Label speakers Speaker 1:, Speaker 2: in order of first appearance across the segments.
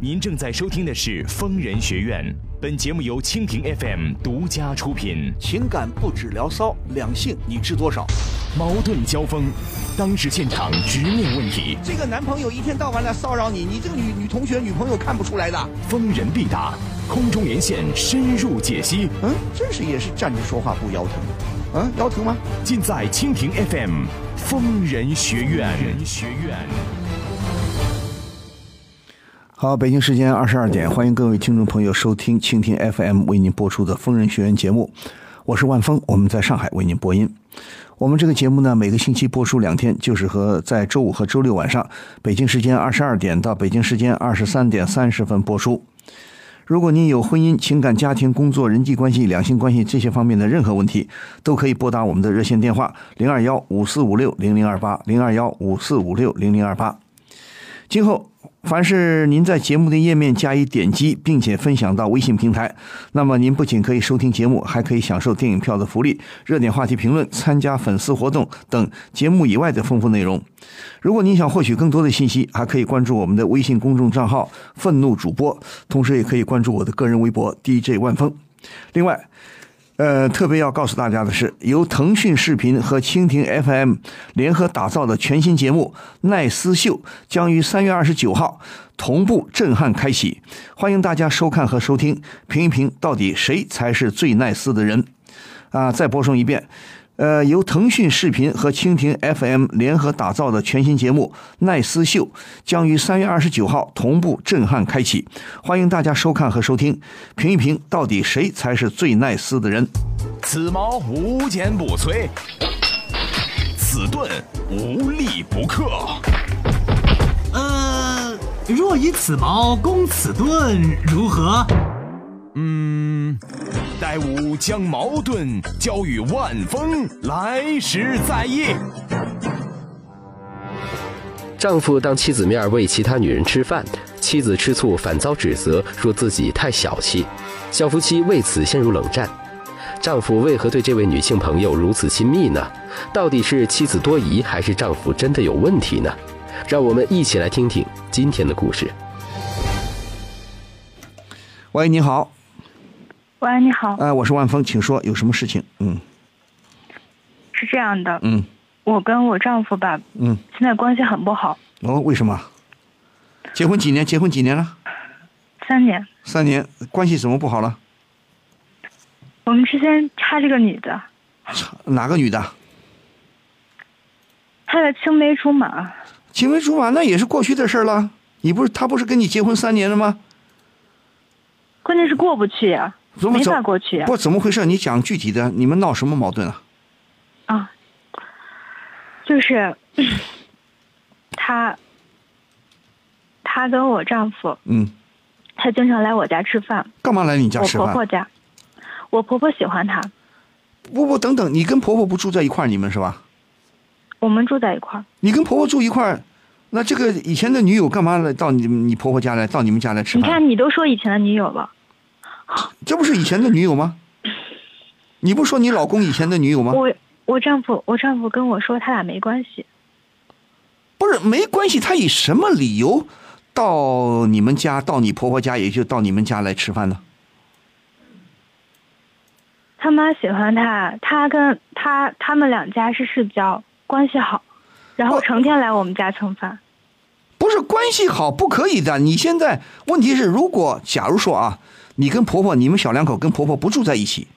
Speaker 1: 您正在收听的是《疯人学院》，本节目由蜻蜓 FM 独家出品。
Speaker 2: 情感不止聊骚，两性你知多少？
Speaker 1: 矛盾交锋，当事现场直面问题，
Speaker 3: 这个男朋友一天到晚来骚扰你，你这个女女同学、女朋友看不出来的。
Speaker 1: 疯人必答，空中连线深入解析，
Speaker 3: 嗯，真是也是站着说话不腰疼。嗯，腰疼吗？
Speaker 1: 尽在蜻蜓 FM《疯人学院》。人学院。
Speaker 2: 好，北京时间二十二点，欢迎各位听众朋友收听蜻蜓 FM 为您播出的《疯人学院》节目，我是万峰，我们在上海为您播音。我们这个节目呢，每个星期播出两天，就是和在周五和周六晚上，北京时间二十二点到北京时间二十三点三十分播出。如果您有婚姻、情感、家庭、工作、人际关系、两性关系这些方面的任何问题，都可以拨打我们的热线电话零二幺五四五六零零二八零二幺五四五六零零二八。今后，凡是您在节目的页面加以点击，并且分享到微信平台，那么您不仅可以收听节目，还可以享受电影票的福利、热点话题评论、参加粉丝活动等节目以外的丰富内容。如果您想获取更多的信息，还可以关注我们的微信公众账号“愤怒主播”，同时也可以关注我的个人微博 “DJ 万峰”。另外，呃，特别要告诉大家的是，由腾讯视频和蜻蜓 FM 联合打造的全新节目《奈斯秀》将于三月二十九号同步震撼开启，欢迎大家收看和收听，评一评到底谁才是最奈斯的人。啊，再播送一遍。呃，由腾讯视频和蜻蜓 FM 联合打造的全新节目《奈斯秀》将于三月二十九号同步震撼开启，欢迎大家收看和收听，评一评到底谁才是最奈斯的人。
Speaker 1: 此矛无坚不摧，此盾无力不克。
Speaker 4: 呃，若以此矛攻此盾，如何？
Speaker 1: 嗯待吾将矛盾交与万峰，来时再议。
Speaker 5: 丈夫当妻子面喂其他女人吃饭，妻子吃醋反遭指责，说自己太小气，小夫妻为此陷入冷战。丈夫为何对这位女性朋友如此亲密呢？到底是妻子多疑，还是丈夫真的有问题呢？让我们一起来听听今天的故事。
Speaker 2: 喂，你好，
Speaker 6: 喂，你好，
Speaker 2: 呃，我是万峰，请说有什么事情？嗯
Speaker 6: 是这样的，
Speaker 2: 嗯
Speaker 6: 我跟我丈夫吧，
Speaker 2: 嗯，
Speaker 6: 现在关系很不好，
Speaker 2: 哦，为什么？结婚几年？结婚几年了？
Speaker 6: 三年。
Speaker 2: 三年，关系怎么不好了？
Speaker 6: 我们之间差这个女的，
Speaker 2: 哪个女的？
Speaker 6: 她的青梅竹马，
Speaker 2: 青梅竹马那也是过去的事儿了，你不是她不是跟你结婚三年了吗？
Speaker 6: 关键是过不去呀、
Speaker 2: 怎么
Speaker 6: 没
Speaker 2: 怎
Speaker 6: 法过去啊呀、
Speaker 2: 不，怎么回事？你讲具体的，你们闹什么矛盾啊？
Speaker 6: 啊。就是，她，她跟我丈夫，
Speaker 2: 嗯，
Speaker 6: 她经常来我家吃饭，
Speaker 2: 干嘛来你家
Speaker 6: 我
Speaker 2: 吃
Speaker 6: 婆
Speaker 2: 饭？
Speaker 6: 婆家，我婆婆喜欢她，
Speaker 2: 不不，等等，你跟婆婆不住在一块儿，你们是吧？
Speaker 6: 我们住在一块儿，
Speaker 2: 你跟婆婆住一块儿，那这个以前的女友干嘛来到你你婆婆家来，到你们家来吃
Speaker 6: 你
Speaker 2: 饭？
Speaker 6: 看你都说以前的女友了，
Speaker 2: 这不是以前的女友吗？你不说你老公以前的女友吗？
Speaker 6: 我我丈夫我丈夫跟我说他俩没关系，
Speaker 2: 不是，没关系，她以什么理由到你们家，到你婆婆家，也就到你们家来吃饭呢？
Speaker 6: 他妈喜欢他，他跟他他们两家是世交，关系好，然后
Speaker 2: 我
Speaker 6: 成天来我们家蹭饭。
Speaker 2: 不是关系好不可以的。你现在问题是，如果假如说啊，你跟婆婆，你们小两口跟婆婆不住在一起，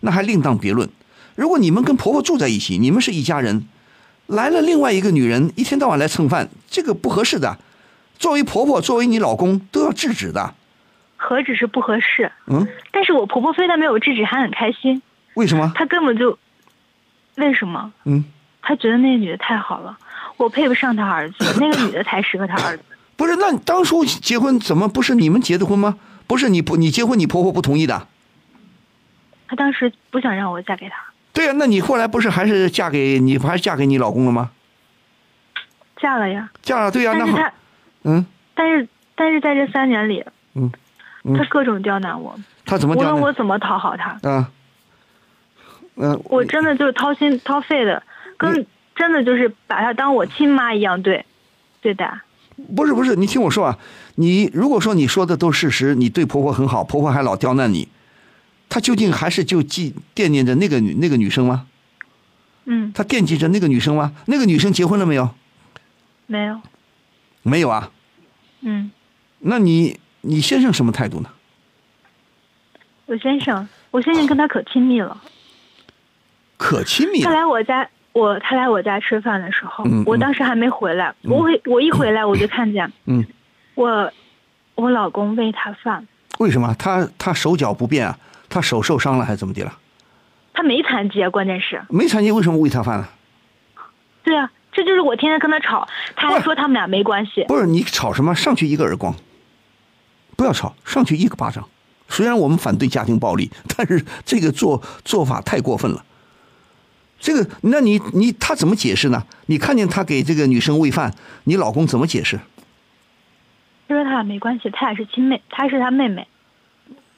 Speaker 2: 那还另当别论。如果你们跟婆婆住在一起，你们是一家人，来了另外一个女人，一天到晚来蹭饭，这个不合适的。作为婆婆，作为你老公，都要制止的。
Speaker 6: 何止是不合适，
Speaker 2: 嗯，
Speaker 6: 但是我婆婆非但没有制止，还很开心。
Speaker 2: 为什么？
Speaker 6: 她根本就，为什么？
Speaker 2: 嗯，
Speaker 6: 她觉得那个女的太好了，我配不上她儿子，那个女的才适合她儿子。
Speaker 2: 不是，那你当初结婚怎么不是你们结的婚吗？不是你不你结婚，你婆婆不同意的。
Speaker 6: 她当时不想让我嫁给他，
Speaker 2: 对呀、啊那你后来不是还是嫁给你，还是嫁给你老公了吗？
Speaker 6: 嫁了呀。
Speaker 2: 嫁了，对呀、那
Speaker 6: 但是
Speaker 2: 好，
Speaker 6: 她，
Speaker 2: 嗯，
Speaker 6: 但是但是在这三年里，
Speaker 2: 嗯嗯
Speaker 6: 她各种刁难我，
Speaker 2: 她怎么
Speaker 6: 无
Speaker 2: 讲
Speaker 6: 论
Speaker 2: 呢？
Speaker 6: 我怎么讨好她，
Speaker 2: 啊，嗯，
Speaker 6: 我真的就是掏心掏肺的，跟真的就是把她当我亲妈一样对对待。
Speaker 2: 不是不是，你听我说啊，你如果说你说的都是事实，你对婆婆很好，婆婆还老刁难你，她究竟还是就记惦念着那个女那个女生吗？
Speaker 6: 嗯，
Speaker 2: 她惦记着那个女生吗？那个女生结婚了没有？
Speaker 6: 没有，
Speaker 2: 没有啊？
Speaker 6: 嗯，
Speaker 2: 那你你先生什么态度呢？
Speaker 6: 我先生，我先生跟他可亲密了。
Speaker 2: 可亲密
Speaker 6: 他
Speaker 2: 了，
Speaker 6: 来我家，我他来我家吃饭的时候，
Speaker 2: 哎嗯嗯
Speaker 6: 我当时还没回来，我回我一回来我就看见
Speaker 2: 嗯，
Speaker 6: 我我老公喂他饭，
Speaker 2: 为什么？她她手脚不便啊？她手受伤了还是怎么的了？
Speaker 6: 他没残疾啊，关键是，
Speaker 2: 没残疾为什么喂她饭呢、啊
Speaker 6: 对啊，这就是我天天跟他吵，他还说他们俩没关系，
Speaker 2: 不是你吵什么？上去一个耳光，不要吵，上去一个巴掌。虽然我们反对家庭暴力，但是这个做做法太过分了。这个，那你你他怎么解释呢？你看见他给这个女生喂饭，你老公怎么解释？
Speaker 6: 他说他俩没关系，他俩是亲妹，他是他妹妹，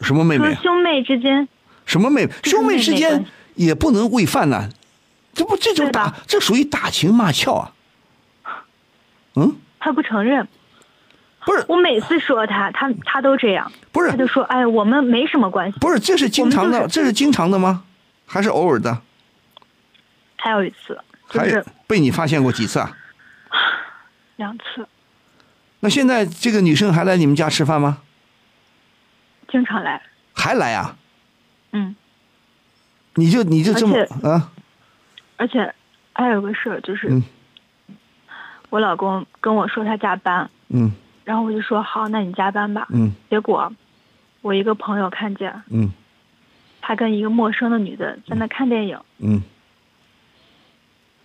Speaker 2: 什么妹
Speaker 6: 他
Speaker 2: 妹
Speaker 6: 说
Speaker 2: 啊？
Speaker 6: 兄妹之间，
Speaker 2: 什么妹妹？
Speaker 6: 是
Speaker 2: 兄妹之
Speaker 6: 妹妹
Speaker 2: 间
Speaker 6: 关系
Speaker 2: 也不能喂饭呐、这不这就是
Speaker 6: 对吧
Speaker 2: 打，这属于打情骂俏啊。嗯，
Speaker 6: 他不承认。
Speaker 2: 不是
Speaker 6: 我每次说他，他他都这样，
Speaker 2: 不是
Speaker 6: 他就说，哎，我们没什么关系。
Speaker 2: 不是，这是经常
Speaker 6: 我
Speaker 2: 的，
Speaker 6: 们
Speaker 2: 这是经常的吗？还是偶尔的？
Speaker 6: 还有一次，就
Speaker 2: 还有
Speaker 6: 是
Speaker 2: 被你发现过几次啊？
Speaker 6: 两次，
Speaker 2: 那现在这个女生还来你们家吃饭吗？
Speaker 6: 经常来，
Speaker 2: 还来啊？
Speaker 6: 嗯。
Speaker 2: 你就你就这么
Speaker 6: 而
Speaker 2: 啊？
Speaker 6: 而且还有个事儿，就是、
Speaker 2: 嗯
Speaker 6: 我老公跟我说他加班，
Speaker 2: 嗯
Speaker 6: 然后我就说好，那你加班吧。
Speaker 2: 嗯
Speaker 6: 结果我一个朋友看见
Speaker 2: 嗯
Speaker 6: 他跟一个陌生的女的在那看电影，
Speaker 2: 嗯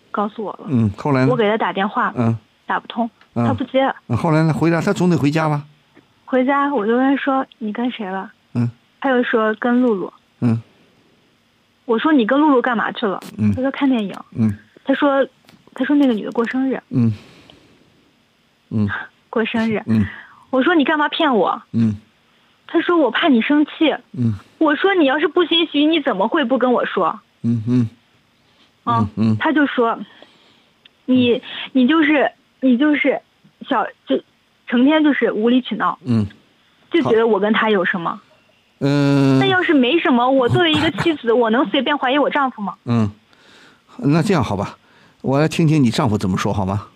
Speaker 6: 告诉我了。
Speaker 2: 嗯，后来呢
Speaker 6: 我？给他打电话、
Speaker 2: 嗯
Speaker 6: 打不通，
Speaker 2: 嗯
Speaker 6: 他不接。
Speaker 2: 嗯，后来呢？回来他总得回家吧？
Speaker 6: 回家我就问他说你跟谁了？
Speaker 2: 嗯
Speaker 6: 他又说跟露露。
Speaker 2: 嗯
Speaker 6: 我说你跟露露干嘛去了？
Speaker 2: 嗯
Speaker 6: 他说看电影。
Speaker 2: 嗯
Speaker 6: 他说他说那个女的过生日，
Speaker 2: 嗯嗯
Speaker 6: 过生日。
Speaker 2: 嗯
Speaker 6: 我说你干嘛骗我？
Speaker 2: 嗯
Speaker 6: 他说我怕你生气。
Speaker 2: 嗯
Speaker 6: 我说你要是不心虚，你怎么会不跟我说？
Speaker 2: 嗯嗯
Speaker 6: 啊，
Speaker 2: 嗯嗯
Speaker 6: 他就说，你你就是你就是小就成天就是无理取闹，
Speaker 2: 嗯，
Speaker 6: 就觉得我跟他有什么？那
Speaker 2: 嗯
Speaker 6: 要是没什么，我作为一个妻子，我能随便怀疑我丈夫吗？
Speaker 2: 嗯，那这样好吧，我来听听你丈夫怎么说好吗？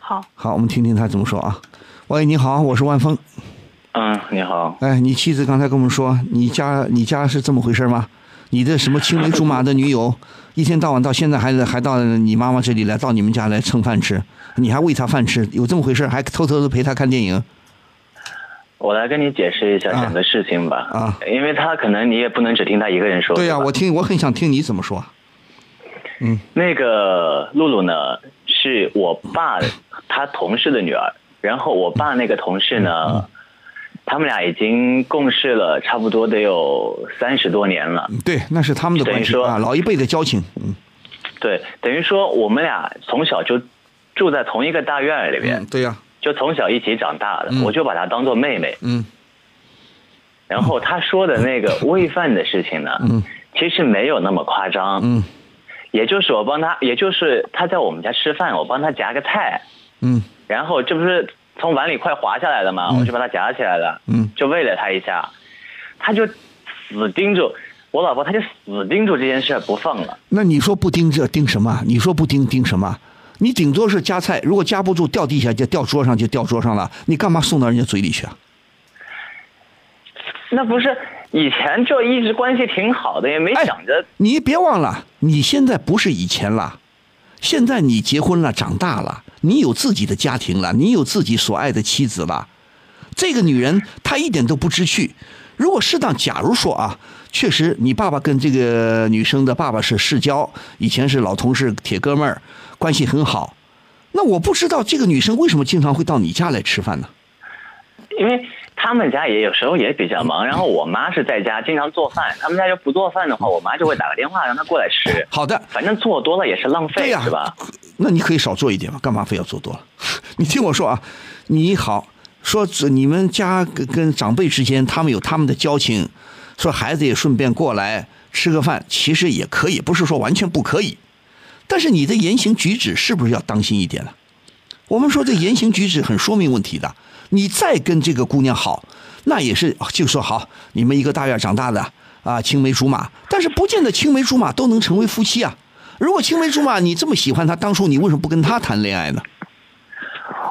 Speaker 6: 好，
Speaker 2: 好，我们听听他怎么说啊。喂，你好，我是万峰。
Speaker 7: 嗯，你好，
Speaker 2: 哎，你妻子刚才跟我们说，你家你家是这么回事吗？你的什么青梅竹马的女友，一天到晚到现在还还到你妈妈这里来，到你们家来蹭饭吃，你还喂她饭吃，有这么回事？还偷偷的陪她看电影？
Speaker 7: 我来跟你解释一下
Speaker 2: 啊
Speaker 7: 整个事情吧。
Speaker 2: 啊
Speaker 7: 因为他可能你也不能只听他一个人说。
Speaker 2: 对呀、啊
Speaker 7: 是吧
Speaker 2: 我听我很想听你怎么说。
Speaker 7: 那个露露呢，是我爸他同事的女儿，然后我爸那个同事
Speaker 2: 嗯
Speaker 7: 呢，他们俩已经共事了差不多得有三十多年了。
Speaker 2: 嗯对，那是他们的
Speaker 7: 等于
Speaker 2: 关系
Speaker 7: 说
Speaker 2: 啊，老一辈的交情。嗯
Speaker 7: 对，等于说我们俩从小就住在同一个大院里边，
Speaker 2: 嗯，对呀、
Speaker 7: 就从小一起长大的，
Speaker 2: 嗯
Speaker 7: 我就把她当做妹妹。
Speaker 2: 嗯
Speaker 7: 然后他说的 那个喂饭的事情呢，
Speaker 2: 嗯
Speaker 7: 其实没有那么夸张。
Speaker 2: 嗯
Speaker 7: 也就是我帮他，也就是他在我们家吃饭，我帮他夹个菜，
Speaker 2: 嗯
Speaker 7: 然后这不是从碗里快滑下来了吗？我就把它夹起来了，
Speaker 2: 嗯
Speaker 7: 就喂了他一下，他就死盯住我老婆，他就死盯住这件事儿不放了。
Speaker 2: 那你说不盯这盯什么？你说不盯盯什么？你顶多是夹菜，如果夹不住掉地下就掉桌上就掉桌上了，你干嘛送到人家嘴里去啊？
Speaker 7: 那不是以前就一直关系挺好的，也没
Speaker 2: 哎
Speaker 7: 想着
Speaker 2: 你别忘了，你现在不是以前了，现在你结婚了，长大了，你有自己的家庭了，你有自己所爱的妻子了。这个女人她一点都不知趣。如果适当，假如说啊，确实你爸爸跟这个女生的爸爸是世交，以前是老同事、铁哥们儿，关系很好。那我不知道这个女生为什么经常会到你家来吃饭呢？
Speaker 7: 因为他们家也有时候也比较
Speaker 2: 嗯
Speaker 7: 忙，然后我妈是在家经常做饭，他们家就不做饭的话，我妈就会打个电话让他过来吃。
Speaker 2: 好的，
Speaker 7: 反正做多了也是浪
Speaker 2: 对
Speaker 7: 费，
Speaker 2: 呀
Speaker 7: 是吧？
Speaker 2: 那你可以少做一点嘛，干嘛非要做多了？ 你听我说啊，你好，说这你们家跟跟长辈之间，他们有他们的交情，说孩子也顺便过来吃个饭，其实也可以，不是说完全不可以。但是你的言行举止是不是要当心一点呢、我们说这言行举止很说明问题的。你再跟这个姑娘好，那也是啊就说好，你们一个大院长大的啊，青梅竹马，但是不见得青梅竹马都能成为夫妻啊。如果青梅竹马你这么喜欢她，当初你为什么不跟她谈恋爱呢？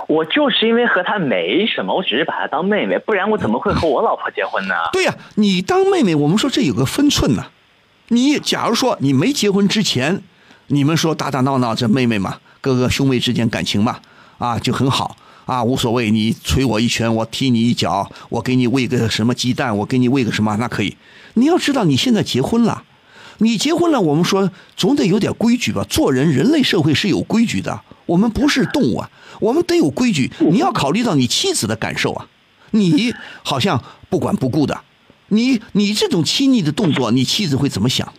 Speaker 7: 我就是因为和她没什么，我只是把她当妹妹，不然我怎么会和我老婆结婚呢？
Speaker 2: 对呀、你当妹妹，我们说这有个分寸呐、你假如说你没结婚之前，你们说打打闹闹，这妹妹嘛，哥哥兄妹之间感情嘛，啊就很好啊，无所谓。你捶我一拳，我踢你一脚，我给你喂个什么鸡蛋，我给你喂个什么，那可以。你要知道，你现在结婚了，你结婚了，我们说总得有点规矩吧。做人，人类社会是有规矩的，我们不是动物啊，我们得有规矩。你要考虑到你妻子的感受啊。你好像不管不顾的，你你这种亲昵的动作，你妻子会怎么想？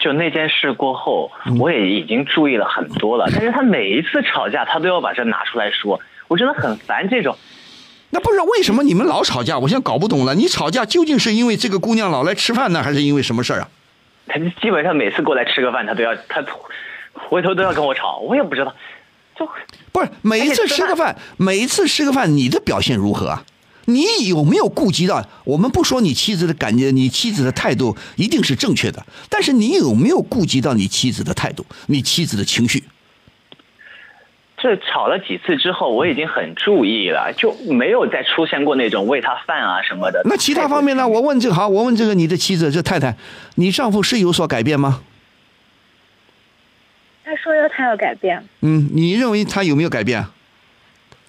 Speaker 7: 就那件事过后，
Speaker 2: 嗯
Speaker 7: 我也已经注意了很多了，但是她每一次吵架，她都要把这拿出来说，我真的很烦这种。
Speaker 2: 那不知道为什么你们老吵架，我现在搞不懂了。你吵架究竟是因为这个姑娘老来吃饭呢，还是因为什么事儿啊？
Speaker 7: 她基本上每次过来吃个饭，她都要她回头都要跟我吵，我也不知道，就
Speaker 2: 不是每一次吃个饭，每一次吃个饭，你的表现如何啊？你有没有顾及到？我们不说你妻子的感觉，你妻子的态度一定是正确的，但是你有没有顾及到你妻子的态度，你妻子的情绪？
Speaker 7: 这吵了几次之后，我已经很注意了，就没有再出现过那种喂她饭啊什么的。
Speaker 2: 那其他方面呢？我问这个好，我问这个你的妻子，这太太，你丈夫是有所改变吗？
Speaker 6: 他说要他要改变，
Speaker 2: 嗯，你认为他有没有改变？啊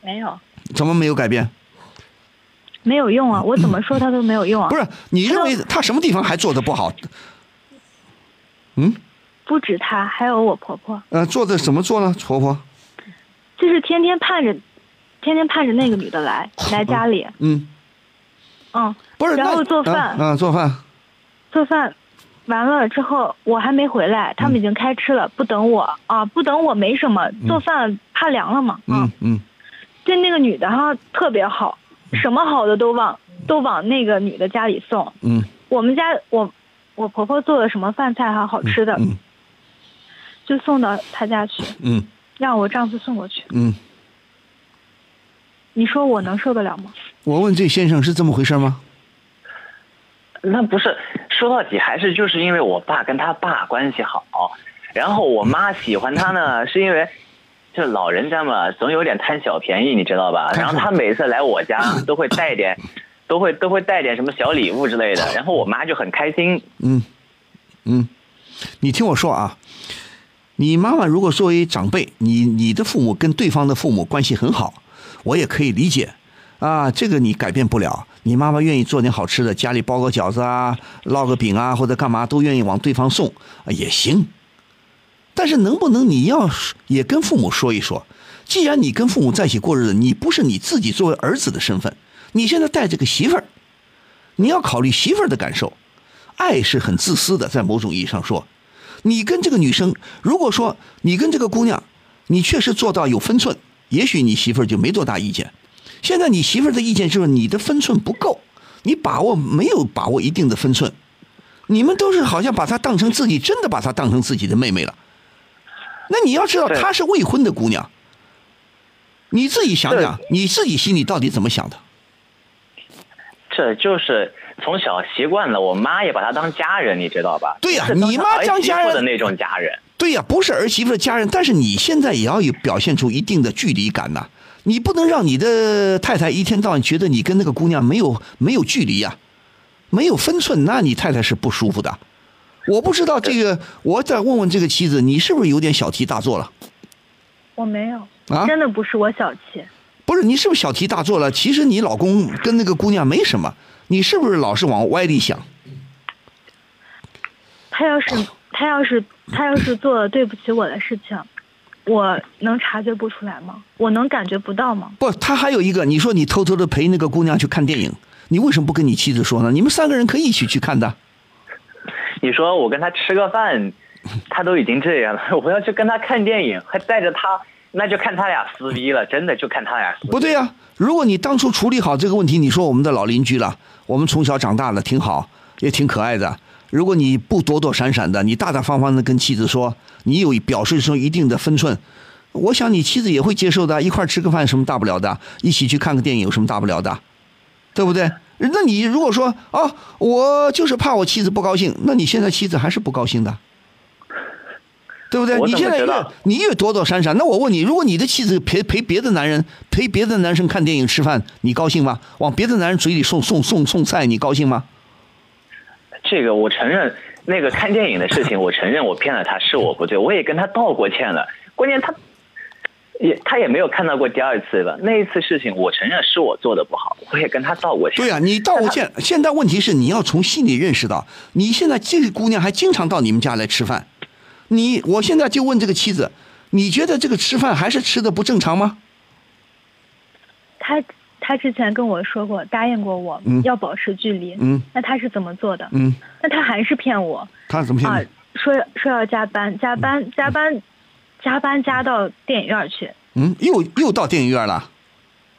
Speaker 6: 没有，
Speaker 2: 怎么没有改变？
Speaker 6: 没有用啊！我怎么说他都没有用啊！
Speaker 2: 不是，你认为他什么地方还做的不好？嗯，
Speaker 6: 不止他，还有我婆婆，
Speaker 2: 呃，做的怎么做呢？婆婆，
Speaker 6: 就是天天盼着，天天盼着那个女的 来来家里，
Speaker 2: 嗯，
Speaker 6: 嗯，
Speaker 2: 不是，
Speaker 6: 然
Speaker 2: 那
Speaker 6: 后做饭，
Speaker 2: 啊啊做饭，
Speaker 6: 做饭完了之后，我还没回来，他们
Speaker 2: 嗯
Speaker 6: 已经开吃了，不等我啊，不等我没什么，做饭怕凉了嘛，啊
Speaker 2: 嗯，嗯，
Speaker 6: 对那个女的哈特别好，什么好的都往都往那个女的家里送。
Speaker 2: 嗯，
Speaker 6: 我们家我我婆婆做的什么饭菜哈好吃的，
Speaker 2: 嗯
Speaker 6: 就送到她家去，
Speaker 2: 嗯
Speaker 6: 让我丈夫送过去。
Speaker 2: 嗯，
Speaker 6: 你说我能受得了吗？
Speaker 2: 我问这先生是这么回事吗？
Speaker 7: 哎那不是说到底还是就是因为我爸跟他爸关系好，然后我妈喜欢他呢，是因为就老人家嘛，总有点贪小便宜，你知道吧？然后他每次来我 家都会带点，都会都会带点什么小礼物之类的，然后我妈就很开心。
Speaker 2: 嗯，嗯，你听我说啊，你妈妈如果作为长辈，你你的父母跟对方的父母关系很好，我也可以理解啊，这个你改变不了。你妈妈愿意做点好吃的，家里包个饺子啊，烙个饼啊，或者干嘛都愿意往对方送啊也行。但是能不能你要是也跟父母说一说？既然你跟父母在一起过日子，你不是你自己作为儿子的身份，你现在带着个媳妇儿，你要考虑媳妇儿的感受。爱是很自私的，在某种意义上说，你跟这个女生，如果说你跟这个姑娘，你确实做到有分寸，也许你媳妇儿就没多大意见。现在你媳妇儿的意见就是你的分寸不够，你把握没有把握一定的分寸，你们都是好像把她当成自己，真的把她当成自己的妹妹了。那你要知道，
Speaker 7: 对
Speaker 2: 她是未婚的姑娘，你自己想想，你自己心里到底怎么想的？
Speaker 7: 这就是从小习惯了，我妈也把她当家人，你知道吧？
Speaker 2: 对呀
Speaker 7: 就是
Speaker 2: 你妈
Speaker 7: 儿
Speaker 2: 当
Speaker 7: 媳
Speaker 2: 家
Speaker 7: 妇
Speaker 2: 人
Speaker 7: 的那种家人。
Speaker 2: 对呀、不是儿媳妇的家人，但是你现在也要有表现出一定的距离感呐、你不能让你的太太一天到晚觉得你跟那个姑娘没有没有距离呀、没有分寸，那你太太是不舒服的。我不知道这个，我再问问这个妻子，你是不是有点小题大做了？
Speaker 6: 我没有，
Speaker 2: 啊
Speaker 6: 真的不是我小气，
Speaker 2: 不是，你是不是小题大做了？其实你老公跟那个姑娘没什么，你是不是老是往歪里想？
Speaker 6: 他要
Speaker 2: 哦
Speaker 6: 是他要是他要是做了对不起我的事情，我能察觉不出来吗？我能感觉不到吗？
Speaker 2: 不，他还有一个，你说你偷偷的陪那个姑娘去看电影，你为什么不跟你妻子说呢？你们三个人可以一起去看的。
Speaker 7: 你说我跟他吃 个饭，他都已经这样了， 我要去跟他看电影，还带着他，那就看他俩撕逼了，真的就看他俩撕逼。
Speaker 2: 不对呀、如果你当初处理好这个问题，你说我们的老邻居了，我们从小长大的挺好，也挺可爱的。如果你不躲躲闪闪的，你大大方方的跟妻子说，你有表示出一定的分寸，我想你妻子也会接受的，一块儿吃个饭有什么大不了的，一起去看个电影有什么大不了的，对不对？那你如果说啊，我就是怕我妻子不高兴，那你现在妻子还是不高兴的，对不对？
Speaker 7: 我
Speaker 2: 你
Speaker 7: 怎么
Speaker 2: 现在
Speaker 7: 知
Speaker 2: 越
Speaker 7: 道
Speaker 2: 你越躲躲闪闪，那我问你，如果你的妻子陪陪别的男人陪别的男生看电影吃饭，你高兴吗？往别的男人嘴里送送送送菜，你高兴吗？
Speaker 7: 这个我承认，那个看电影的事情，我承认我骗了他，是我不对，我也跟他道过歉了。关键他也他也没有看到过第二次吧？那一次事情，我承认是我做的不好，我也跟他道过歉。
Speaker 2: 对呀、啊你道歉。现在问题是你要从心里认识到，你现在这个姑娘还经常到你们家来吃饭，你我现在就问这个妻子，你觉得这个吃饭还是吃的不正常吗？
Speaker 6: 他他之前跟我说过，答应过我、
Speaker 2: 嗯
Speaker 6: 要保持距离。
Speaker 2: 嗯
Speaker 6: 那他是怎么做的？
Speaker 2: 嗯，
Speaker 6: 那他还是骗我
Speaker 2: 他怎么
Speaker 6: 啊
Speaker 2: 骗你？！
Speaker 6: 说说要加班，加班，加班，加班加到电影院去。
Speaker 2: 嗯，又又到电影院了。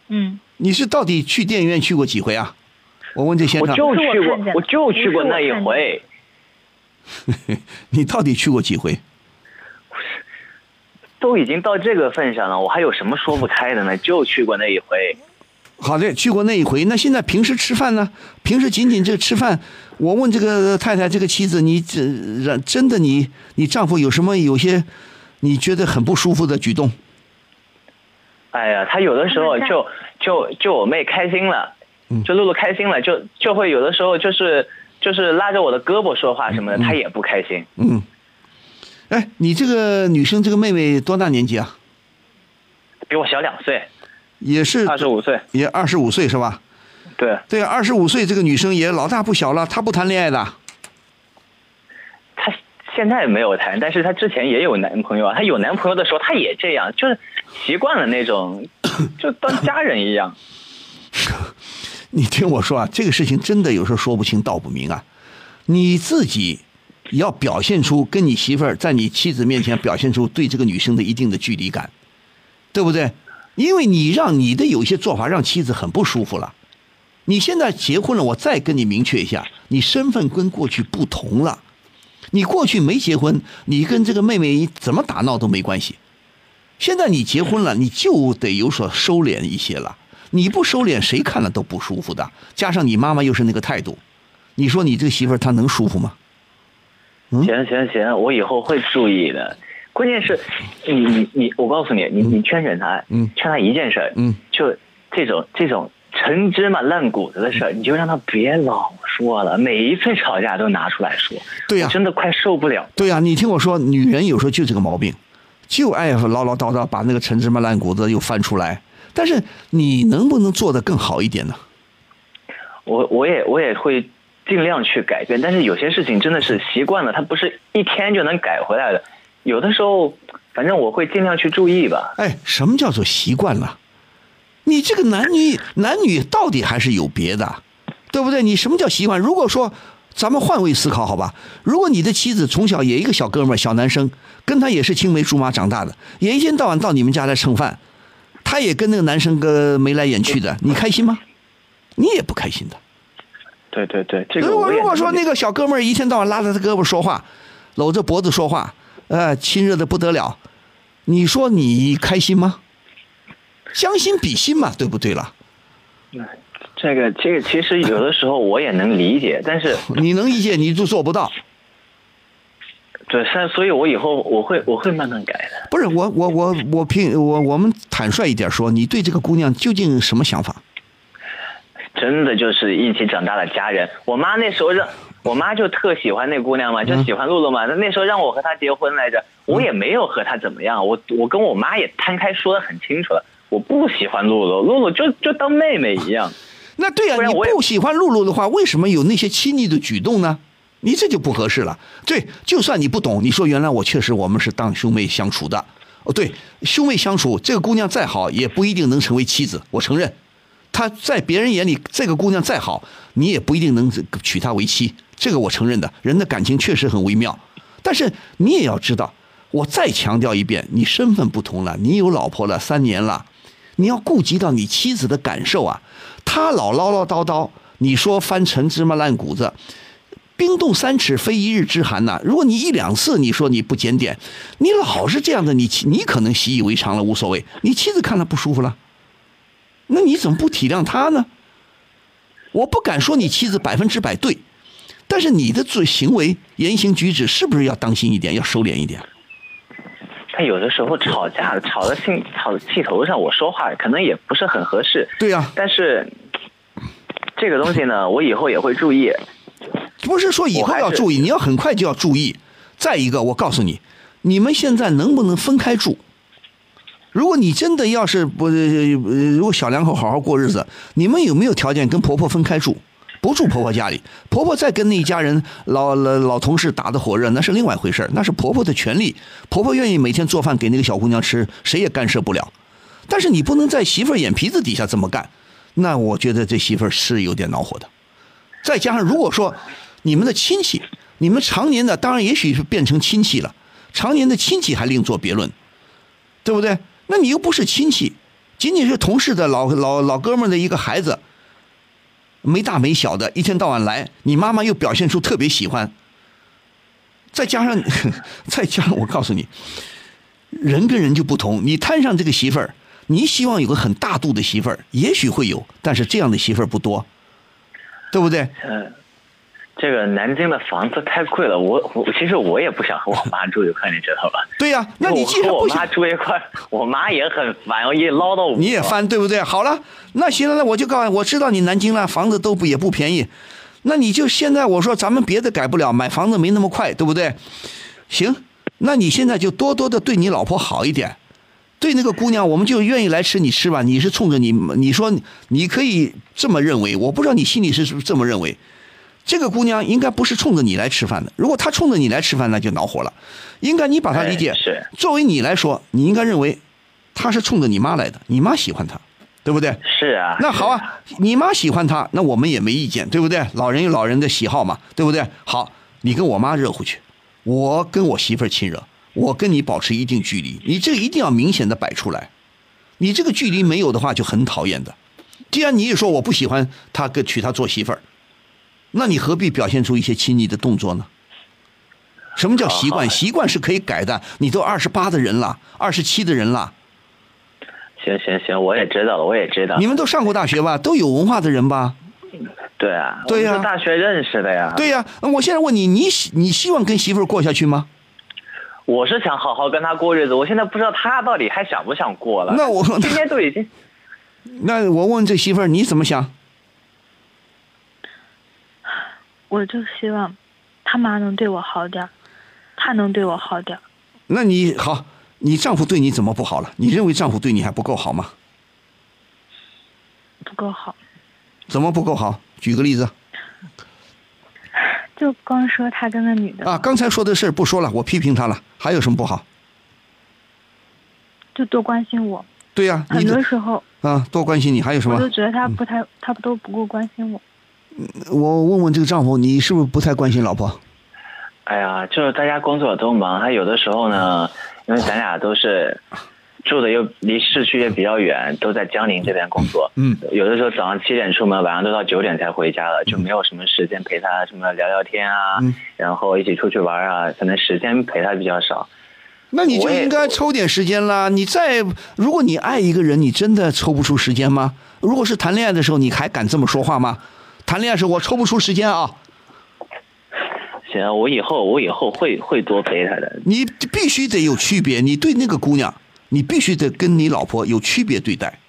Speaker 6: 嗯，
Speaker 2: 你是到底去电影院去过几回啊？我问这先
Speaker 7: 我
Speaker 2: 生，
Speaker 7: 就
Speaker 6: 不是我
Speaker 7: 去过
Speaker 6: 看见的，
Speaker 7: 我就去过
Speaker 6: 不是我
Speaker 7: 那一
Speaker 6: 看见
Speaker 7: 回，
Speaker 2: 你到底去过几回？
Speaker 7: 都已经到这个份上了，我还有什么说不开的呢？就去过那一回。
Speaker 2: 好的，去过那一回。那现在平时吃饭呢？平时仅仅这吃饭，我问这个呃太太、这个妻子，你这然真的你你丈夫有什么有些你觉得很不舒服的举动？
Speaker 7: 哎呀，他有的时候就就就我妹开心了，就露露开心了，就就会有的时候就是就是拉着我的胳膊说话什么的，她也不开心。
Speaker 2: 嗯，哎，你这个女生这个妹妹多大年纪啊？
Speaker 7: 比我小两岁，
Speaker 2: 也是
Speaker 7: 二十五岁。
Speaker 2: 也二十五岁是吧？
Speaker 7: 对，
Speaker 2: 对，二十五岁这个女生也老大不小了，她不谈恋爱的。
Speaker 7: 她现在没有谈，但是她之前也有男朋友啊。她有男朋友的时候，她也这样，就是习惯了那种，就当家人一样。
Speaker 2: 你听我说啊，这个事情真的有时候说不清道不明啊。你自己要表现出跟你媳妇儿在你妻子面前表现出对这个女生的一定的距离感，对不对？因为你让你的有一些做法让妻子很不舒服了。你现在结婚了，我再跟你明确一下，你身份跟过去不同了。你过去没结婚，你跟这个妹妹怎么打闹都没关系。现在你结婚了，你就得有所收敛一些了。你不收敛，谁看了都不舒服的。加上你妈妈又是那个态度，你说你这个媳妇儿她能舒服吗？嗯
Speaker 7: 行行行，我以后会注意的。关键是，你你你，我告诉你，你你劝劝她，
Speaker 2: 嗯
Speaker 7: 劝她一件事儿，
Speaker 2: 嗯，
Speaker 7: 就这种这种陈芝麻烂谷子的事儿，你就让她别老说了，每一次吵架都拿出来说，
Speaker 2: 对呀
Speaker 7: 我真的快受不了。
Speaker 2: 对呀、你听我说，女人有时候就这个毛病，就爱唠唠叨叨，把那个陈芝麻烂谷子又翻出来。但是你能不能做得更好一点呢？
Speaker 7: 我我也我也会尽量去改变，但是有些事情真的是习惯了，它不是一天就能改回来的。有的时候，反正我会尽量去注意吧。
Speaker 2: 哎，什么叫做习惯了？你这个男女男女到底还是有别的，对不对？你什么叫习惯？如果说咱们换位思考，好吧？如果你的妻子从小也一个小哥们儿、小男生，跟他也是青梅竹马长大的，也一天到晚到你们家来蹭饭，他也跟那个男生个眉来眼去的，你开心吗？你也不开心的。
Speaker 7: 对对对，这个
Speaker 2: 如果
Speaker 7: 我也
Speaker 2: 如果说
Speaker 7: 能理
Speaker 2: 那个小哥们儿一天到晚拉着他胳膊说话，搂着脖子说话，呃，亲热的不得了，你说你开心吗？将心比心嘛，对不对了？
Speaker 7: 这个这个其实有的时候我也能理解，但是
Speaker 2: 你能理解，你就做不到。
Speaker 7: 对，但所以我以后我会我会慢慢改的。
Speaker 2: 不是我我我我平我我们坦率一点说，你对这个姑娘究竟什么想法？
Speaker 7: 真的就是一起长大的家人。我妈那时候让我妈就特喜欢那姑娘嘛，就喜欢露露嘛。那那时候让我和她结婚来着，我也没有和她怎么样，我我跟我妈也摊开说的很清楚了，我不喜欢露露，露露就就当妹妹一样。
Speaker 2: 那对呀、啊
Speaker 7: 不然
Speaker 2: 你
Speaker 7: 我也
Speaker 2: 不喜欢露露的话，为什么有那些亲昵的举动呢？你这就不合适了。对，就算你不懂，你说原来我确实我们是当兄妹相处的。哦，对，兄妹相处，这个姑娘再好，也不一定能成为妻子。我承认，她在别人眼里，这个姑娘再好，你也不一定能娶她为妻。这个我承认的，人的感情确实很微妙。但是你也要知道，我再强调一遍，你身份不同了，你有老婆了，三年了，你要顾及到你妻子的感受啊。她老唠唠叨叨，你说翻陈芝麻烂谷子，冰冻三尺，非一日之寒呐、如果你一两次你说你不检点，你老是这样的，你妻你可能习以为常了，无所谓。你妻子看他不舒服了，那你怎么不体谅他呢？我不敢说你妻子百分之百对，但是你的做行为、言行举止是不是要当心一点，要收敛一点？
Speaker 7: 但有的时候吵架吵到兴吵到气头上，我说话可能也不是很合适。
Speaker 2: 对啊呀
Speaker 7: 但是这个东西呢，我以后也会注意。
Speaker 2: 不是说以后要注意，你要很快就要注意。再一个，我告诉你，你们现在能不能分开住？如果你真的要是不，呃如果小两口好好过日子，你们有没有条件跟婆婆分开住？不住婆婆家里，婆婆再跟那一家人老老老同事打得火热，那是另外一回事儿那是婆婆的权利。婆婆愿意每天做饭给那个小姑娘吃，谁也干涉不了。但是你不能在媳妇儿眼皮子底下这么干，那我觉得这媳妇儿是有点恼火的。再加上如果说你们的亲戚，你们常年的，当然也许是变成亲戚了，常年的亲戚还另作别论，对不对？那你又不是亲戚，仅仅是同事的老老老哥们儿的一个孩子，没大没小的，一天到晚来，你妈妈又表现出特别喜欢，再加上 再加上，我告诉你，人跟人就不同，你摊上这个媳妇儿。你希望有个很大度的媳妇儿，也许会有，但是这样的媳妇儿不多，对不对？
Speaker 7: 这个南京的房子太贵了，我我其实我也不想和我妈住一块，你知道吧？
Speaker 2: 对呀、 那你既
Speaker 7: 我
Speaker 2: 然
Speaker 7: 和我
Speaker 2: 不想
Speaker 7: 妈，住一块， 我妈也很烦，我也唠叨我。
Speaker 2: 你也翻，对不对？好了，那行了，那我就告诉你，我知道你南京了，房子都不也不便宜，那你就现在我说咱们别的改不了，买房子没那么快，对不对？行，那你现在就多多的对你老婆好一点，对那个姑娘，我们就愿意来吃你吃吧。你是冲着你，你说你可以这么认为，我不知道你心里是不是这么认为。这个姑娘应该不是冲着你来吃饭的，如果她冲着你来吃饭，那就恼火了。应该你把她理解，
Speaker 7: 哎是
Speaker 2: 作为你来说，你应该认为她是冲着你妈来的，你妈喜欢她，对不对？
Speaker 7: 是啊。
Speaker 2: 那好啊，你妈喜欢她，那我们也没意见，对不对？老人有老人的喜好嘛，对不对？好，你跟我妈热乎去，我跟我媳妇儿亲热，我跟你保持一定距离，你这一定要明显的摆出来，你这个距离没有的话就很讨厌的。既然你也说我不喜欢她跟娶她做媳妇儿，那你何必表现出一些亲昵的动作呢？什么叫习惯？习惯是可以改的。你都二十八的人了，二十七的人了，
Speaker 7: 行行行，我也知道了，我也知道。
Speaker 2: 你们都上过大学吧？都有文化的人吧？
Speaker 7: 对啊，
Speaker 2: 对呀
Speaker 7: 我们是大学认识的呀。
Speaker 2: 对，呀、那我现在问你，你希你希望跟媳妇儿过下去吗？
Speaker 7: 我是想好好跟他过日子，我现在不知道他到底还想不想过了。
Speaker 2: 那我
Speaker 7: 今天都已经，
Speaker 2: 那我问这媳妇儿你怎么想？
Speaker 6: 我就希望他妈能对我好点儿，他能对我好点儿。
Speaker 2: 那你好，你丈夫对你怎么不好了？你认为丈夫对你还不够好吗？
Speaker 6: 不够好。
Speaker 2: 怎么不够好？举个例子
Speaker 6: 就光说他跟那女的，
Speaker 2: 啊，刚才说的事儿不说了，我批评他了，还有什么不好？
Speaker 6: 就多关心我。
Speaker 2: 对呀、
Speaker 6: 很
Speaker 2: 你
Speaker 6: 多
Speaker 2: 的嗯
Speaker 6: 时候
Speaker 2: 啊，多关心你，还有什
Speaker 6: 我就
Speaker 2: 么？
Speaker 6: 觉得他不太，他不都不够关心我。
Speaker 2: 我问问这个丈夫，你是不是不太关心老婆？
Speaker 7: 哎呀，就是大家工作都忙，还有的时候呢，
Speaker 2: 啊
Speaker 7: 因为咱俩都是住的又离市区也比较远，都在江宁这边工作。
Speaker 2: 嗯，
Speaker 7: 有的时候早上七点出门，晚上都到九点才回家了，就没有什么时间陪他什么聊聊天啊，
Speaker 2: 嗯
Speaker 7: 然后一起出去玩啊，可能时间陪他比较少。
Speaker 2: 那你就
Speaker 7: 我也
Speaker 2: 应该抽点时间啦。你再，如果你爱一个人，你真的抽不出时间吗？如果是谈恋爱的时候，你还敢这么说话吗？谈恋爱时候我抽不出时间啊，
Speaker 7: 行，我以后我以后会会多陪他的。
Speaker 2: 你必须得有区别。你对那个姑娘，你必须得跟你老婆有区别对待。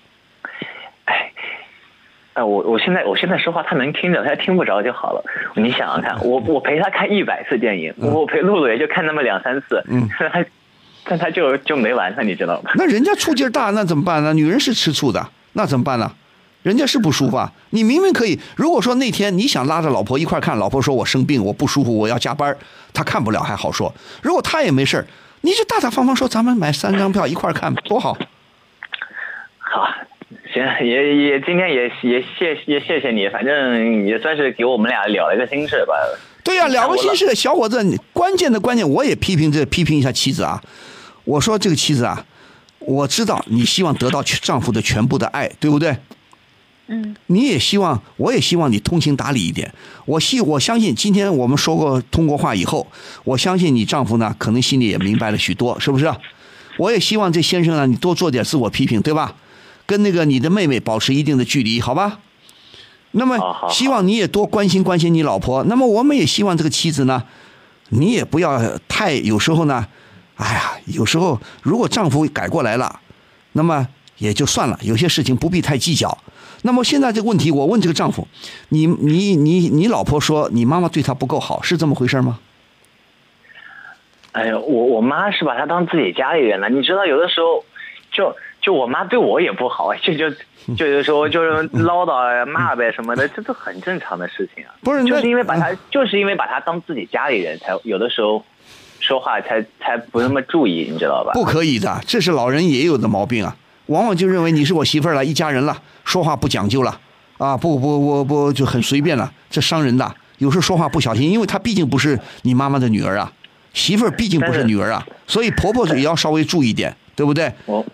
Speaker 7: 哎，我我现在我现在说话他能听着，他听不着就好了。你想想看，我我陪他看一百次电影，我陪露露也就看那么两三次，
Speaker 2: 嗯
Speaker 7: 但他但他就就没完他，你知道吗？
Speaker 2: 那人家醋劲儿大，那怎么办呢？女人是吃醋的，那怎么办呢？人家是不舒服啊。你明明可以，如果说那天你想拉着老婆一块儿看，老婆说我生病，我不舒服，我要加班儿，她看不了还好说。如果她也没事儿，你就大大方方说咱们买三张票一块儿看，多好。
Speaker 7: 好，行，也也今天也也谢也谢谢你，反正也算是给我们俩了了一个心事吧。
Speaker 2: 对呀、两个心事，小伙子，你关键的关键，我也批评这批评一下妻子啊。我说这个妻子啊，我知道你希望得到全丈夫的全部的爱，对不对？
Speaker 6: 嗯，
Speaker 2: 你也希望，我也希望你通情达理一点。我希我相信，今天我们说过通过话以后，我相信你丈夫呢，可能心里也明白了许多，是不啊是？我也希望这先生呢，你多做点自我批评，对吧？跟那个你的妹妹保持一定的距离，好吧？那么
Speaker 7: 好好好
Speaker 2: 希望你也多关心关心你老婆。那么我们也希望这个妻子呢，你也不要太有时候呢，哎呀，有时候如果丈夫改过来了，那么也就算了，有些事情不必太计较。那么现在这个问题，我问这个丈夫，你你你你老婆说你妈妈对她不够好，是这么回事吗？
Speaker 7: 哎呀，我我妈是把她当自己家里人了。你知道，有的时候就就我妈对我也不好，啊就 就就有的时候就是唠叨啊骂呗什么的，这都很正常的事情啊。
Speaker 2: 不是
Speaker 7: 就
Speaker 2: 那哎
Speaker 7: 是因为把她就是因为把她当自己家里人才有的时候说话才才不那么注意，你知道吧？
Speaker 2: 不可以的，这是老人也有的毛病啊，往往就认为你是我媳妇儿了，一家人了，说话不讲究了，啊，不不不不就很随便了，这伤人的。有时候说话不小心，因为她毕竟不是你妈妈的女儿啊，媳妇儿毕竟不是女儿啊，所以婆婆也要稍微注意点，对不对？
Speaker 7: 我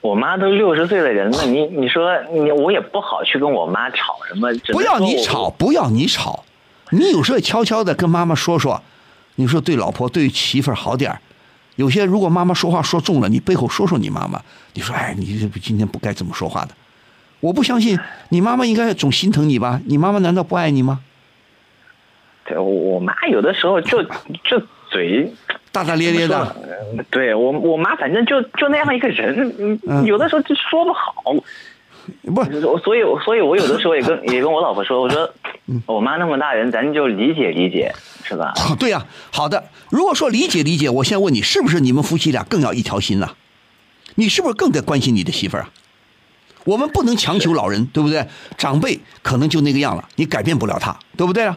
Speaker 7: 我妈都六十岁的人了，你你说你我也不好去跟我妈吵什么，只能
Speaker 2: 不要
Speaker 7: 说
Speaker 2: 你
Speaker 7: 我
Speaker 2: 吵，不要你吵，你有时候也悄悄的跟妈妈说说，你说对老婆对媳妇儿好点儿。有些如果妈妈说话说重了，你背后说说你妈妈，你说哎，你这今天不该这么说话的。我不相信你妈妈应该总心疼你吧？你妈妈难道不爱你吗？
Speaker 7: 对我我妈有的时候就就嘴
Speaker 2: 大大咧咧
Speaker 7: 说
Speaker 2: 的，
Speaker 7: 呃 对我我妈反正就就那样一个人，
Speaker 2: 嗯
Speaker 7: 嗯有的时候就说不好，
Speaker 2: 不是
Speaker 7: 我所以所以我有的时候 也跟也跟我老婆说，我说
Speaker 2: 嗯
Speaker 7: 我妈那么大人，咱就理解理解，是吧？
Speaker 2: 对呀、好的。如果说理解理解，我先问你，是不是你们夫妻俩更要一条心呐、啊你是不是更得关心你的媳妇儿啊？我们不能强求老人，对不对？长辈可能就那个样了，你改变不了他，对不对啊？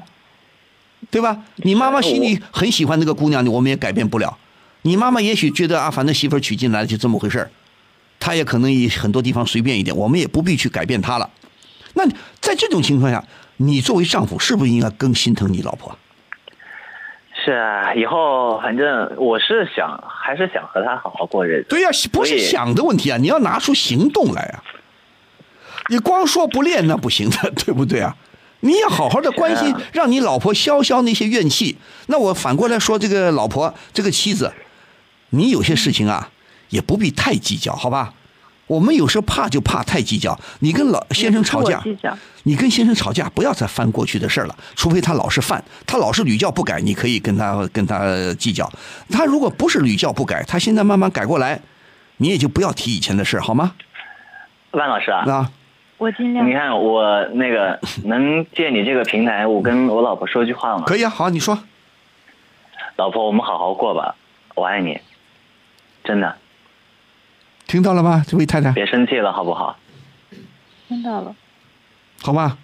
Speaker 2: 对吧？你妈妈心里很喜欢那个姑娘，我们也改变不了。你妈妈也许觉得阿凡的媳妇儿娶进来就这么回事儿，她也可能以很多地方随便一点，我们也不必去改变她了。那你在这种情况下，你作为丈夫是不是应该更心疼你老婆啊？
Speaker 7: 是啊，以后反正我是想还是想和她好好过日子。
Speaker 2: 对呀、不是
Speaker 7: 所以
Speaker 2: 想的问题啊，你要拿出行动来啊！你光说不练那不行的， 对不对啊？你也好好的关心，
Speaker 7: 是啊
Speaker 2: 让你老婆消消那些怨气。那我反过来说，这个老婆，这个妻子，你有些事情啊，也不必太计较，好吧？我们有时候怕就怕太计较。你跟老先生吵架
Speaker 6: 我计较，
Speaker 2: 你跟先生吵架，不要再翻过去的事儿了，除非他老是犯，他老是屡教不改，你可以跟他跟他计较。他如果不是屡教不改，他现在慢慢改过来，你也就不要提以前的事儿，好吗？
Speaker 7: 万老师啊，
Speaker 2: 啊，
Speaker 6: 我尽量
Speaker 7: 你。看我 那个能借你这个平台，我跟我老婆说句话吗？
Speaker 2: 可以啊，好，你说，
Speaker 7: 老婆，我们好好过吧，我爱你，真的，
Speaker 2: 听到了吗，这位太太？
Speaker 7: 别生气了，好不好？
Speaker 6: 听到了，
Speaker 2: 好吧，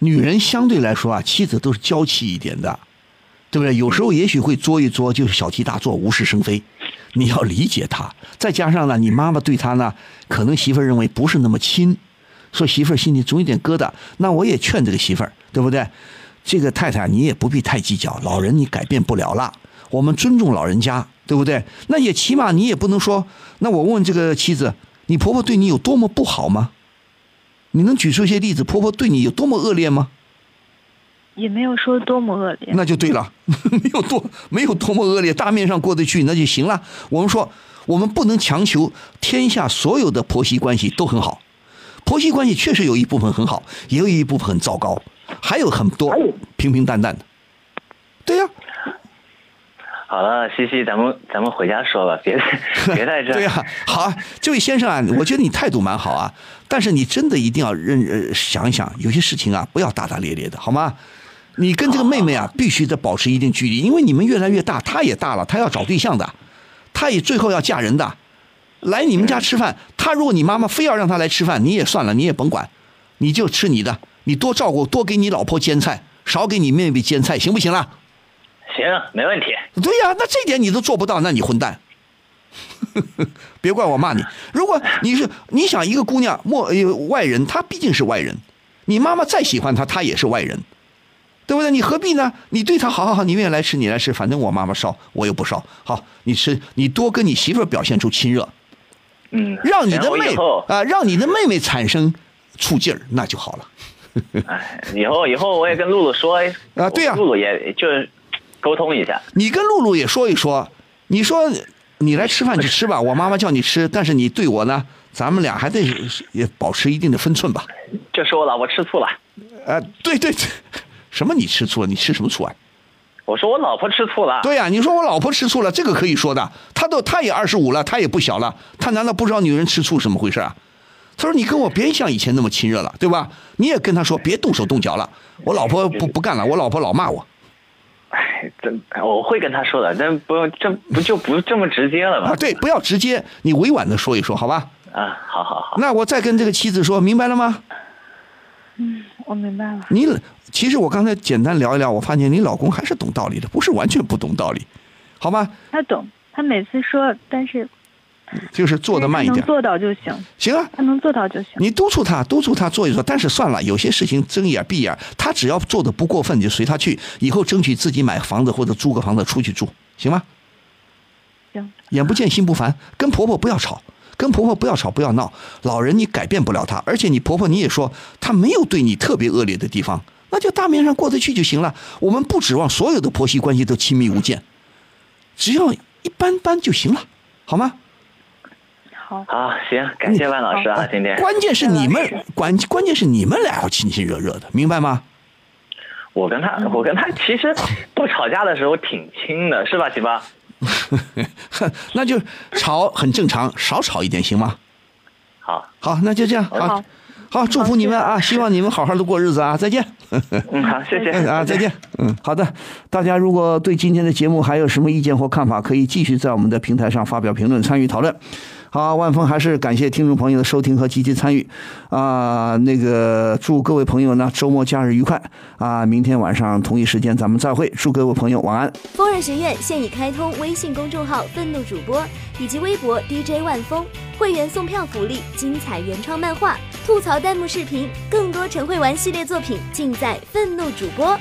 Speaker 2: 女人相对来说啊，妻子都是娇气一点的，对不对？有时候也许会作一作，就是小题大做，无事生非。你要理解她，再加上呢，你妈妈对她呢，可能媳妇儿认为不是那么亲，所以媳妇儿心里总有点疙瘩。那我也劝这个媳妇儿，对不对？这个太啊太你也不必太计较，老人你改变不了了，我们尊重老人家，对不对？那也起码你也不能说，那我问这个妻子，你婆婆对你有多么不好吗？你能举出一些例子，婆婆对你有多么恶劣吗？
Speaker 6: 也没有说多么恶劣。
Speaker 2: 那就对了， 没有多没有多么恶劣，大面上过得去那就行了。我们说，我们不能强求天下所有的婆媳关系都很好，婆媳关系确实有一部分很好，也有一部分很糟糕，还有很多平平淡淡的。对呀、
Speaker 7: 好了，西西，咱们咱们回家说吧，别 别在这儿。
Speaker 2: 对呀、好啊，这位先生啊，我觉得你态度蛮好啊，但是你真的一定要认呃想一想，有些事情啊，不要大大咧咧的，好吗？你跟这个妹妹啊，必须得保持一定距离，因为你们越来越大，她也大了，她要找对象的，她也最后要嫁人的。来你们家吃饭，她如果你妈妈非要让她来吃饭，你也算了，你也甭管，你就吃你的，你多照顾，多给你老婆煎菜，少给你妹妹煎菜，行不行啊啦？
Speaker 7: 行，没问题。
Speaker 2: 对呀、那这点你都做不到，那你混蛋。 别怪我骂你。如果你是你想一个姑娘莫呃外人，她毕竟是外人，你妈妈再喜欢她，她也是外人，对不对？你何必呢？你对她好好好，你愿意来吃你来吃，反正我妈妈烧我又不烧。好，你吃你多跟你媳妇儿表现出亲热，
Speaker 7: 嗯，
Speaker 2: 让你的
Speaker 7: 然后
Speaker 2: 妹
Speaker 7: 以后
Speaker 2: 啊、让你的妹妹产生处劲儿，那就好了。
Speaker 7: 以后以后我也跟露露说哎
Speaker 2: 啊对呀
Speaker 7: 露露也就是沟通一下。
Speaker 2: 你跟露露也说一说，你说你来吃饭就吃吧，我妈妈叫你吃，但是你对我呢，咱们俩还得也保持一定的分寸吧。
Speaker 7: 这说了，我吃醋了。
Speaker 2: 呃，对对，对什么你吃醋了？你吃什么醋啊？
Speaker 7: 我说我老婆吃醋了。
Speaker 2: 对呀、你说我老婆吃醋了，这个可以说的。她都她也二十五了，她也不小了，她难道不知道女人吃醋是怎么回事啊？她说：“你跟我别像以前那么亲热了，对吧？你也跟她说别动手动脚了。我老婆不不干了，我老婆老骂我
Speaker 7: 哎，真我会跟她说的，但不用这不就不这么直接了
Speaker 2: 啊。
Speaker 7: 吗？
Speaker 2: 对，不要直接，你委婉的说一说，好吧？
Speaker 7: 啊，好好好，
Speaker 2: 那我再跟这个妻子说，明白了吗？
Speaker 6: 嗯我明白了。
Speaker 2: 你其实我刚才简单聊一聊，我发现你老公还是懂道理的，不是完全不懂道理，好吧？
Speaker 6: 他懂，他每次说，但是
Speaker 2: 就是做的慢一
Speaker 6: 他
Speaker 2: 点
Speaker 6: 能，做到就行，
Speaker 2: 行啊。”
Speaker 6: 他能做到就行。
Speaker 2: 你督促他，督促他做一做，但是算了，有些事情睁一眼闭一眼，他只要做的不过分，你就随他去。以后争取自己买房子或者租个房子出去住，行吗？
Speaker 6: 行，
Speaker 2: 眼不见心不烦，跟婆婆不要吵，跟婆婆不要吵，不要闹。老人你改变不了她，而且你婆婆你也说她没有对你特别恶劣的地方，那就大面上过得去就行了。我们不指望所有的婆媳关系都亲密无间，只要一般般就行了，好吗？
Speaker 6: 好，
Speaker 7: 好行，感谢万老师啊，今天
Speaker 2: 嗯关键是你们关关键是你们俩要亲亲热热的，明白吗？
Speaker 7: 我跟她，我跟她其实不吵架的时候挺亲的，是吧，媳妇？
Speaker 2: 那就吵很正常，少吵一点行吗？
Speaker 7: 好，
Speaker 2: 好，那就这样，好
Speaker 6: 好，
Speaker 2: 好，祝福你们啊！希望你们好好的过日子啊！再见，
Speaker 7: 嗯，好，谢谢
Speaker 2: 嗯啊，再见，嗯，好的，大家如果对今天的节目还有什么意见或看法，可以继续在我们的平台上发表评论，参与讨论。好，万峰还是感谢听众朋友的收听和积极参与，啊、那个祝各位朋友呢周末假日愉快啊、明天晚上同一时间咱们再会，祝各位朋友晚安。
Speaker 8: 疯人学院现已开通微信公众号“愤怒主播”以及微博 DJ 万峰，会员送票福利、精彩原创漫画、吐槽弹幕视频，更多陈慧玩系列作品尽在“愤怒主播”。